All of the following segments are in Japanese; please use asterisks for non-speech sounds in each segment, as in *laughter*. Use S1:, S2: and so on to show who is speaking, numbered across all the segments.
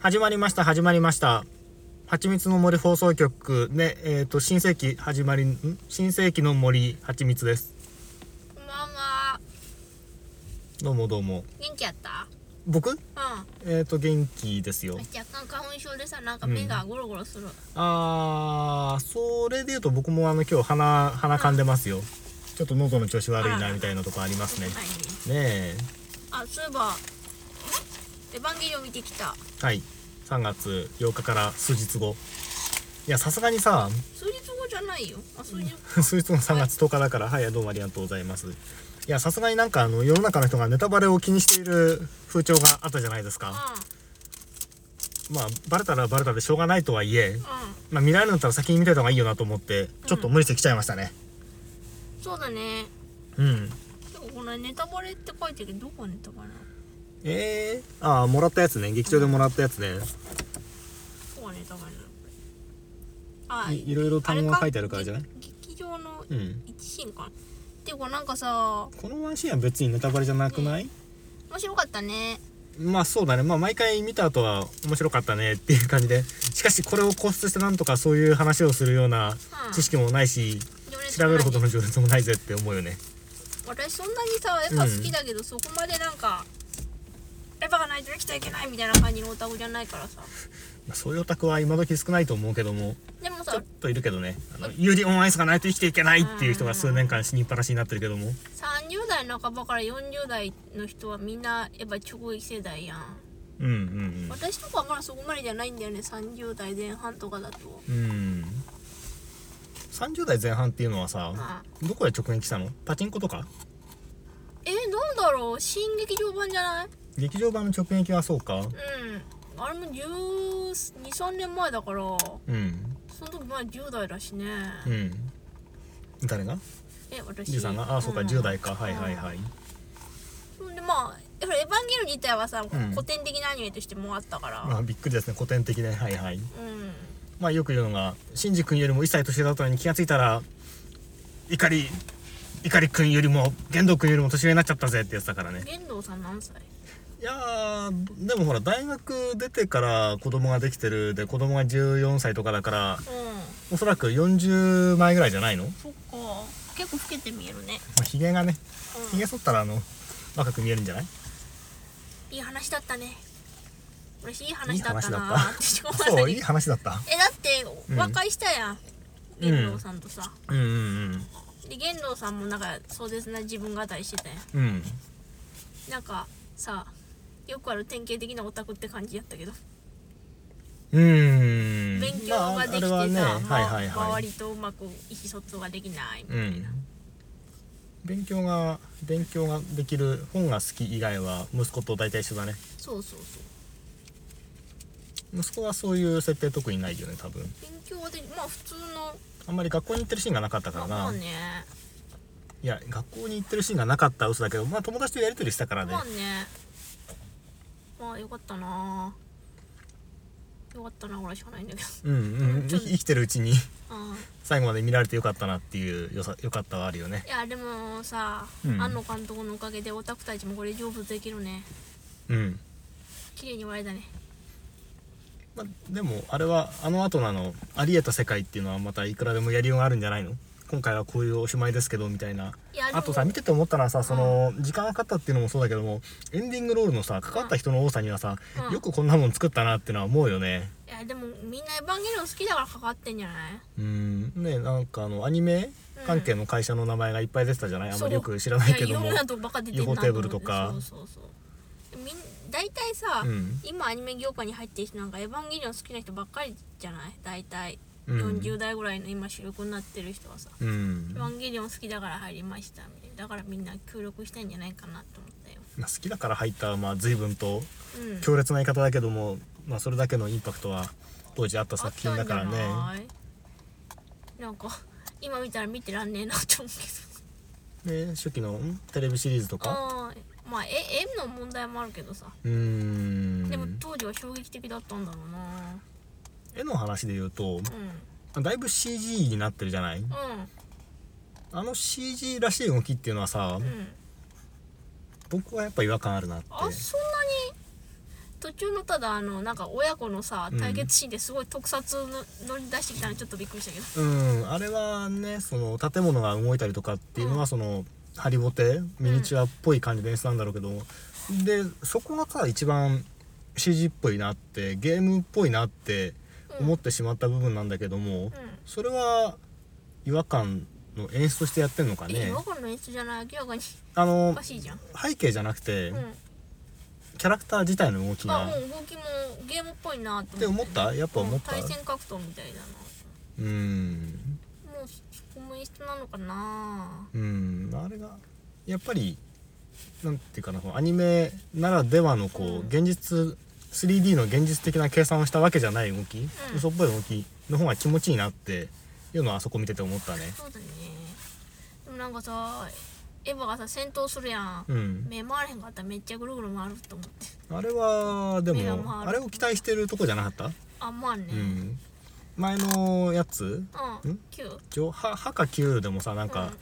S1: 始まりました始まりました「はちみつの森放送局で」えー、と新世紀始まりん新世紀の森はちみつです
S2: こんばんは。
S1: どうもどうも
S2: 元気やった
S1: 僕
S2: う
S1: えっ、と元気ですよ
S2: ん。若干花粉症でさ、なんか目がゴロゴロする。
S1: あーそれで言うと僕もあの今日鼻鼻噛んでますよちょっと喉の調子悪いなみたいなとこありますね
S2: はいね
S1: ねえ
S2: あ、そういえば、エヴァンゲリオン見てきた。
S1: はい3月8日から数日後いやさすがにさ
S2: 数日後じゃないよ。あ、数日
S1: *laughs*
S2: 後。
S1: 数日後の3月10日だからはいはいどうもありがとうございますいやさすがになんかあの世の中の人がネタバレを気にしている風潮があったじゃないですかまあバレたらバレたでしょうがないとはいえ、
S2: うん、う
S1: まあ、見られるんだったら先に見てた方がいいよなと思ってちょっと無理してきちゃいましたね
S2: ん。そうだね。
S1: うん
S2: でもこのネタバレって書いてるけど、どこがネタバレなの
S1: えー、ああもらったやつね劇場でもらったやつね
S2: どこがネタバレなのこれ。あ、
S1: いいろいろ単語が書いてあるからじゃない
S2: れか劇場の
S1: うん
S2: 一シーンかな。ていうかなんかさ、
S1: このワンシーンは別にネタバレじゃなくない、
S2: 面白かったね。
S1: まあそうだね、まあ、毎回見た後は面白かったねっていう感じでしかしこれを固執してなんとかそういう話をするような
S2: うん
S1: 知識もないし
S2: 情熱
S1: 調
S2: が
S1: べ
S2: な
S1: る
S2: い
S1: ほどの情熱もないぜって思うよね
S2: 私そんなにさエヴァ好きだけど、そこまでなんかエヴァがないと生きちゃいけないみたいな感じのオタクじゃないからさ
S1: まあそういうオタクは今時少ないと思うけども
S2: でも
S1: ちょ
S2: さ
S1: っといるけどねあの有利オンアイスがないと生きていけないっていう人が数年間死にっぱなしになってるけども
S2: 30代半ばから40代の人はみんなエヴァ直撃世代やん
S1: うんうん
S2: 私とかはまだそこまでじゃないんだよね30代前半とかだと
S1: うんうん30代前半っていうのはさどこで直撃したのパチンコとか
S2: えなんだろう新劇場版じゃない
S1: 劇場版の直撃はそうか
S2: うんあれも123年前だから
S1: うん
S2: その時まだ10代だしね、
S1: うん誰が
S2: え私
S1: じいさんがああそうか
S2: ん
S1: 10代かはいはいはい
S2: ほんでまあやっぱりエヴァンゲリオン自体はさ、
S1: ん
S2: 古典的なアニメとしてもあったから、
S1: まあびっくりですね古典的ではいはい
S2: うん
S1: まあよく言うのがシンジ君よりも1歳年上だったのに気がついたら怒り怒り君よりも玄道君よりも年上になっちゃったぜってやつだからね
S2: 玄道さん何歳
S1: いやーでもほら大学出てから子供ができてるで子供が14歳とかだから
S2: うん
S1: おそらく40前ぐらいじゃないのま
S2: そっか結構老けて見えるね、
S1: あひげがね
S2: う
S1: ひ
S2: ん、
S1: げ剃ったらあの若く見えるんじゃない
S2: いい話だったね私いい話だった
S1: いい話
S2: な
S1: だ
S2: ーってしょうが
S1: そう
S2: ない
S1: いい話だった
S2: えだって
S1: ん
S2: 和解したやん、玄道さんとさ
S1: うんうん
S2: で玄道さんもなんか壮絶な自分語りしてたやん
S1: うんうん
S2: なんかさよくある典型的なオタクって感じやったけど
S1: うーん
S2: 勉強ができてさ、
S1: まああれはね
S2: まあ
S1: はいはいは
S2: 周
S1: い
S2: りとうまく意思疎通ができないみ
S1: う
S2: たい
S1: ん
S2: な、
S1: 勉強が勉強ができる本が好き以外は息子と大体一緒だね
S2: そうそうそう
S1: 息子はそういう設定特にないよね多分
S2: 勉強はできまあ普通の
S1: あんまり学校に行ってるシーンがなかったから
S2: ま
S1: な
S2: あね
S1: いや学校に行ってるシーンがなかったら嘘だけどまあ友達とやり取りしたからね
S2: まあねまあよかったなよかったなぐらいしかないんだけど
S1: うんうん
S2: ちょ
S1: 生き生きてるうちに
S2: うん
S1: 最後まで見られてよかったなっていうよさよかったはあるよね
S2: いやでもさ、
S1: うん
S2: 庵野監督のおかげでオタクたちもこれ成仏できるね
S1: うん
S2: 綺麗に割れたね
S1: まあでもあれはあの後のあのありえた世界っていうのはまたいくらでもやりようがあるんじゃないの今回はこういうおしまいですけどみたいない
S2: やでも
S1: あとさ見てて思ったのはさその時間がかかったっていうのもそうだけどもエンディングロールのさかかった人の多さにはさ
S2: うん
S1: よくこんなもん作ったなってのは思うよね
S2: いやでもみんなエヴァンゲリオン好きだからかかってんじゃない
S1: うんねなんかあのアニメ関係の会社の名前がいっぱい出てたじゃないあんまりよく知らないけど
S2: いやい
S1: も
S2: ろんなとこばっか出てんなと思って
S1: UFO テーブルとか
S2: そうそうそうみん大体さ、
S1: うん
S2: 今アニメ業界に入ってる人なんか「エヴァンゲリオン」好きな人ばっかりじゃない大体
S1: うん
S2: 40代ぐらいの今主力になってる人はさ「
S1: うん
S2: エヴァンゲリオン好きだから入りました」みたいなだからみんな協力したいんじゃないかなと思ったよ
S1: まあ好きだから入ったまあ随分と
S2: うん
S1: 強烈な言い方だけどもまあそれだけのインパクトは当時あった
S2: あっ
S1: 作
S2: た
S1: 品
S2: ん
S1: だ
S2: じ
S1: か
S2: ゃ
S1: らね
S2: ないなんか今見たら見てらんねえなと思うけ
S1: で
S2: ど
S1: 初期のんテレビシリーズとか
S2: ああまあ絵絵の問題もあるけどさ
S1: うーん
S2: でも当時は衝撃的だったんだろうな
S1: 絵の話で言うと
S2: うん
S1: だいぶ CG になってるじゃない
S2: うん
S1: あの CG らしい動きっていうのはさ、
S2: うん
S1: 僕はやっぱ違和感あるなって
S2: あそんなに途中のただあのなんか親子のさ
S1: うん
S2: 対決シーンですごい特撮の乗り出してきたのちょっとびっくりしたけど
S1: うん、あれはねその建物が動いたりとかっていうのは、そのハリボテミニチュアっぽい感じの演出なんだろうけど、でそこがさ一番 CG っぽいなってゲームっぽいなって思ってしまった部分なんだけども、
S2: う
S1: それは違和感の演出としてやってんのか
S2: んえ
S1: ね
S2: 今頃の演出じゃない明らかに
S1: あ
S2: お
S1: の
S2: かしいじゃん
S1: 背景じゃなくて、
S2: うん
S1: キャラクター自体の動き
S2: あ
S1: が、
S2: もう動きもゲームっぽいなって
S1: って思ったやっぱ思った
S2: うん対戦格闘みたいだ
S1: うん
S2: なもうそこも演出なのかな
S1: うんあれがやっぱりなんていうかなこうアニメならではのこう、
S2: うん
S1: 現実 3D の現実的な計算をしたわけじゃない動き、
S2: うん
S1: 嘘っぽい動きの方が気持ちいいなっていうのはあそこ見てて思ったね。
S2: そうだねでもなんかさエヴァがさ戦闘するやん、
S1: うん、
S2: 目回らへんかったらめっちゃぐるぐる回ると思って
S1: あれはで
S2: 目が回
S1: も
S2: る
S1: あれを期待してるとこじゃなかった、
S2: あまあね
S1: うん前のやつ
S2: うんん9
S1: 一応歯歯か9でもさなんか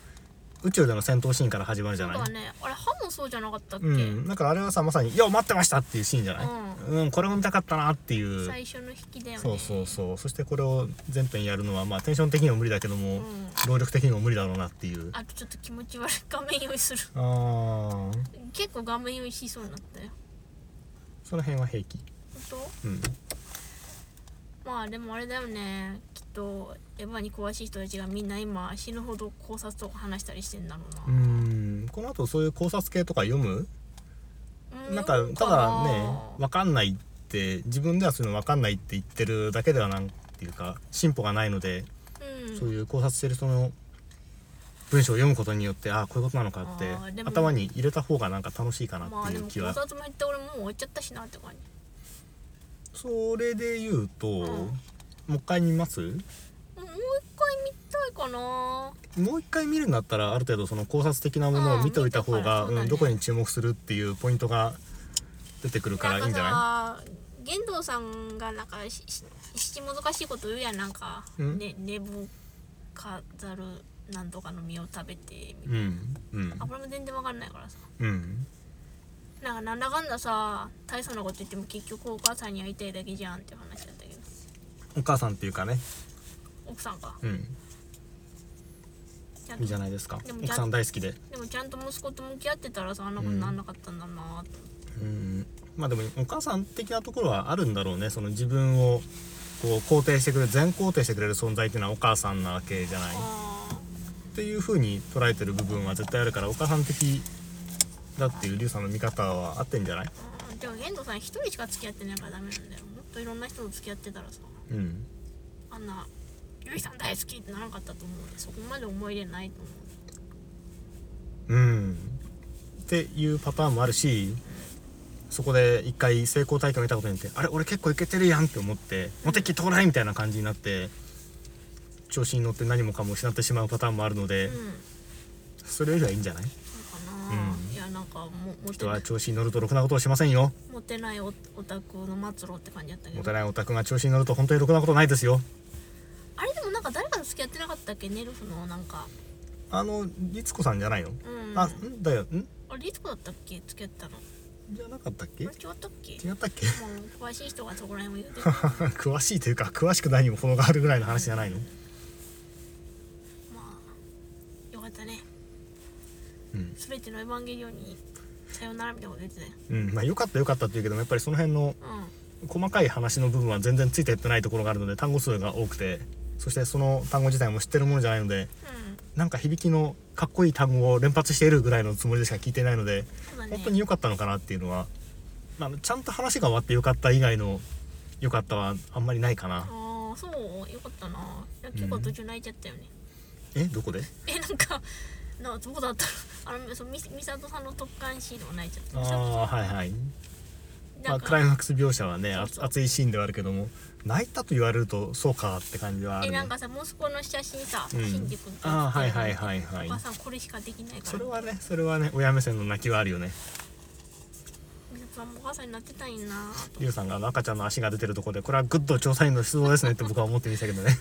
S2: うん、
S1: 宇宙での戦闘シーンから始まるじゃない
S2: そうだねあれ歯もそうじゃなかったっけ、
S1: うん、なんかあれはさまさに「よう待ってました!」っていうシーンじゃない、
S2: う
S1: うん、これを見たかったなっていう
S2: 最初の引きだよね
S1: そうそうそうそしてこれを全編やるのはまあテンション的にも無理だけども、
S2: ん
S1: 労力的にも無理だろうなっていうあ
S2: あとちょっと気持ち悪い画面用意する *laughs*
S1: あー
S2: 結構画面用意しそうになったよ
S1: その辺は平気
S2: 本当
S1: うん
S2: まあでもあれだよねきっとエヴァに詳しい人たちがみんな今死ぬほど考察とか話したりしてんだろう
S1: う
S2: な、
S1: んこの後そういう考察系とか読む、
S2: う
S1: なんか
S2: 読む
S1: ただね
S2: な
S1: 分かんないって自分ではそういうの分かんないって言ってるだけではなんていうか進歩がないので、
S2: うん
S1: そういう考察してる人の文章を読むことによってああこういうことなのかって
S2: あーでも
S1: 頭に入れた方がなんか楽しいかな
S2: ま
S1: っ
S2: あ
S1: て
S2: で
S1: い
S2: も
S1: う
S2: 考
S1: 気は、
S2: 察も言って俺もう終わっちゃったしなって感じ
S1: それで言うと、
S2: ん
S1: もう一回見ます
S2: もう一回見たいかな
S1: もう一回見るんだったらある程度その考察的なものを見ておいた方が、
S2: あー見てから
S1: う
S2: そうだね
S1: ん、どこに注目するっていうポイントが出てくるからいいんじゃな
S2: んかさ玄道さんがなんかししし難しいこと言うやんなんか、
S1: うん
S2: ね、ネブカザルなんとかの実を食べて
S1: いうんうん
S2: あこれも全然わかんないからさ
S1: うん
S2: なんかなんだかんださ大層なこと言っても結局お母さんに会いたいだけじゃんっていう話だったけど
S1: お母さんっていうかね
S2: 奥さんか
S1: うん
S2: ちゃん
S1: いい
S2: と
S1: じゃないですか
S2: でもちゃん
S1: 奥さん大好きで
S2: でもちゃんと息子と向き合ってたらさあんなことなんなかったんだなって、
S1: うんまあでもお母さん的なところはあるんだろうねその自分をこう肯定してくれる全肯定してくれる存在っていうのはお母さんなわけじゃない
S2: ああ
S1: っていう風に捉えてる部分は絶対あるからお母さん的だっていうリュウさんの見方は合ってんじゃない
S2: うんでも玄道さん一人しか付き合ってないからダメなんだよもっといろんな人と付き合ってたらさ
S1: うん
S2: あんな「ゆいさん大好き!」ってならなかったと思うねそこまで思い入れないと思う
S1: うんっていうパターンもあるしそこで一回成功体験を得たことによってあれ俺結構いけてるやんって思ってモテ期到来みたいな感じになって調子に乗って何もかも失ってしまうパターンもあるので、
S2: うん
S1: それよりはいいんじゃない
S2: なんかなあ、
S1: うん
S2: いやなんかもモテ
S1: 人
S2: な
S1: はい調子に乗るとろくなことをしませんよ
S2: モテないオオタクの末路って感じだったけ
S1: モ
S2: ど
S1: テないオタクが調子に乗ると本当にろくなことないですよ
S2: あれでもなんか誰かと付き合ってなかったっけネルフのなんか
S1: あの律子さんじゃないの、
S2: うん
S1: あ
S2: あ
S1: んだよん
S2: れいつこだったっけ付き合ったのあ
S1: じゃなかったっけ
S2: れ
S1: 違
S2: 違ったっけ
S1: ったっけ *laughs*
S2: もう詳しい人がそこら辺を言うて
S1: 詳しいというか詳しくないにも程があるぐらいの話じゃないの
S2: まあよかったね
S1: うん、
S2: 全てのエヴァンゲリオンにさよならみたいなこと言ってたよ
S1: うん、まあよかったよかったって言うけどもやっぱりその辺の
S2: うん
S1: 細かい話の部分は全然ついていってないところがあるので単語数が多くてそしてその単語自体も知ってるものじゃないので
S2: うん
S1: なんか響きのかっこいい単語を連発しているぐらいのつもりでしか聞いてないので
S2: そうだね
S1: 本当に良かったのかなっていうのは、まあ、ちゃんと話が終わって良かった以外の良かったはあんまりないかな
S2: ああそうよかったないや結構途中泣いちゃったよね、
S1: えどこで
S2: えなんかなどこだった *laughs* のあのそうみみさとさんの特感シーンでも泣いちゃった
S1: ああはいはい、ま
S2: な
S1: あ、
S2: ん
S1: クライ
S2: か
S1: マックス描写はねあ
S2: そうそう
S1: 熱いシーンではあるけども泣いたと言われるとそうかって感じはあ
S2: え
S1: るね
S2: なんかさ息子の写真さ
S1: うん
S2: 信じ君と
S1: ああはいはいはいはい
S2: お母さんこれしかできないから
S1: それはねそれはね親目線の泣きはあるよね
S2: みさとさんもお母さんになってたいなと
S1: リュウさんがあの赤ちゃんの足が出てるところでこれはグッド調査員の出動ですねって僕は思ってみたけどね、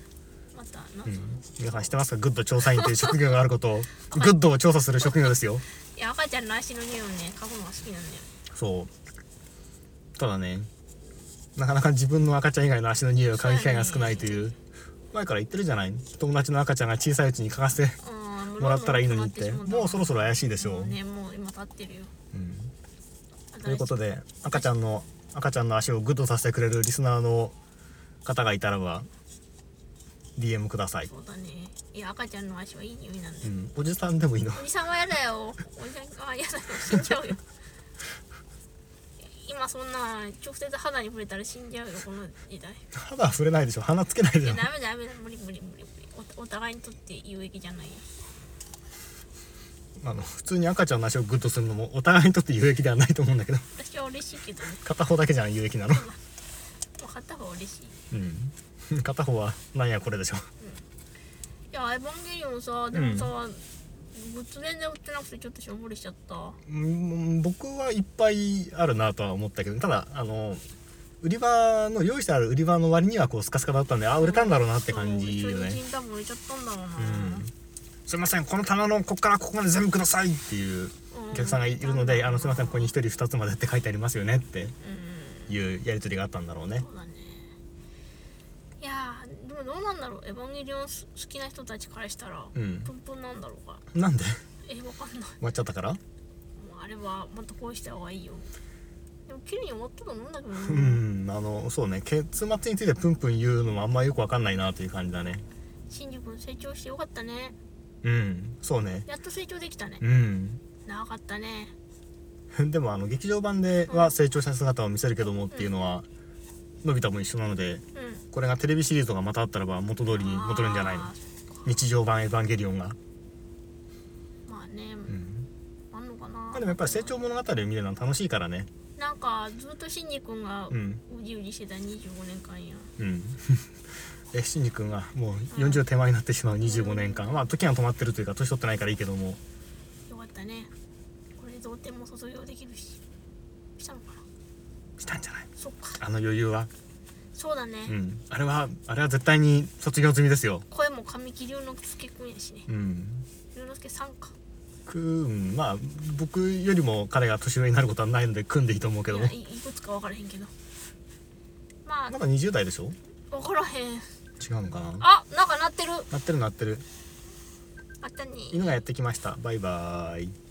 S1: *laughs*
S2: またな、
S1: う
S2: い
S1: ん、皆さん知ってますかグッド調査員という職業があることをグッドを調査する職業ですよ
S2: や赤ちゃんの足の匂いをね嗅ぐのが好きなんだよ
S1: そうただねなかなか自分の赤ちゃん以外の足の匂いを嗅ぐ機会が少ないという前から言ってるじゃない友達の赤ちゃんが小さいうちに嗅がせて
S2: うん
S1: もらったらいいのにって
S2: もう
S1: もうそろそろ怪しいでしょう、
S2: ねもう今立ってるよ
S1: うんということで赤ちゃんの赤ちゃんの足をグッとさせてくれるリスナーの方がいたらば DM ください、
S2: そうだねいや赤ちゃんの足はいい匂いなんだよ
S1: うん、おじさんでもいいの
S2: おじさんはやだよ。おじさんはやだよ。死んじゃうよ。今そんな直接肌に触れたら死んじゃうよこの時代。
S1: 肌は触れないでしょ鼻つけない
S2: い
S1: じゃ
S2: や
S1: ん
S2: ダメだダメだ無理無理無理無理。おお互いにとって有益じゃないよ。
S1: あの普通に赤ちゃんの足をグッとするのもお互いにとって有益ではないと思うんだけど
S2: 私は嬉しいけどね。
S1: 片方だけじゃん有益なの
S2: 分かった方が嬉しい。い
S1: うん片方はなんやこれでしょ
S2: やエヴァンゲリオンさでもさ、グッズ全然売ってなくてちょっとしょんぼりしちゃった。
S1: うん僕はいっぱいあるなとは思ったけどただあの売り場の用意してある売り場の割にはこうスカスカだったんであ売れたんだろうなって感じよ
S2: そう一緒に
S1: ね
S2: 人多分売れちゃったんだろうな。
S1: うんすいませんこの棚のこっからここまで全部くださいっていうお客さんがいるので「あのすいませんここに1人2つまで」って書いてありますよねって
S2: うん
S1: いうやり取りがあったんだろうね
S2: そうだねいやーでもどうなんだろうエヴァンゲリオンす好きな人たちからしたら、
S1: うん
S2: プンプンなんだろうか
S1: なんで
S2: えわかんな
S1: 終
S2: い
S1: わっちゃったから
S2: もうあれはもっとこうした方がいいよでも綺麗に終わったと思うんだけど
S1: う
S2: ね
S1: んあのそうね結末についてプンプン言うのもあんまよくわかんないなという感じだね
S2: 新次君成長してよかったね
S1: うんそうね
S2: やっと成長できたね
S1: うん *laughs*
S2: 長かったね
S1: でもあの劇場版では成長した姿を見せるけどもっていうのはのび太も一緒なので
S2: うん
S1: これがテレビシリーズがまたあったらば元通りに戻るんじゃないの
S2: あ
S1: 日常版「エヴァンゲリオンが」
S2: ーまあね、
S1: うん
S2: あんのかな
S1: まあでもやっぱり成長物語を見るのは楽しいからね
S2: なんかずっと新次君が
S1: うん
S2: うじうじしてた25年間や、
S1: うん *laughs* えシンジ君がもう40手前になってしまう25年間まあ時が止まってるというか年取ってないからいいけども
S2: よかったねこれで同点も卒業できるししたのかな
S1: したんじゃない
S2: そっか
S1: あの余裕は
S2: そうだね、
S1: うんあれはあれは絶対に卒業済みですよ
S2: 声も神木隆之介くんやしね
S1: うん
S2: 龍之介さんか
S1: くんまあ僕よりも彼が年上になることはないので組んでいいと思うけど
S2: い
S1: も
S2: やいいくつか分からへんけどまあ
S1: まだ20代でしょ
S2: 分からへん
S1: 違うのかな
S2: あなんか鳴ってる
S1: なってるなってる
S2: あったね
S1: 犬がやってきましたバイバーイ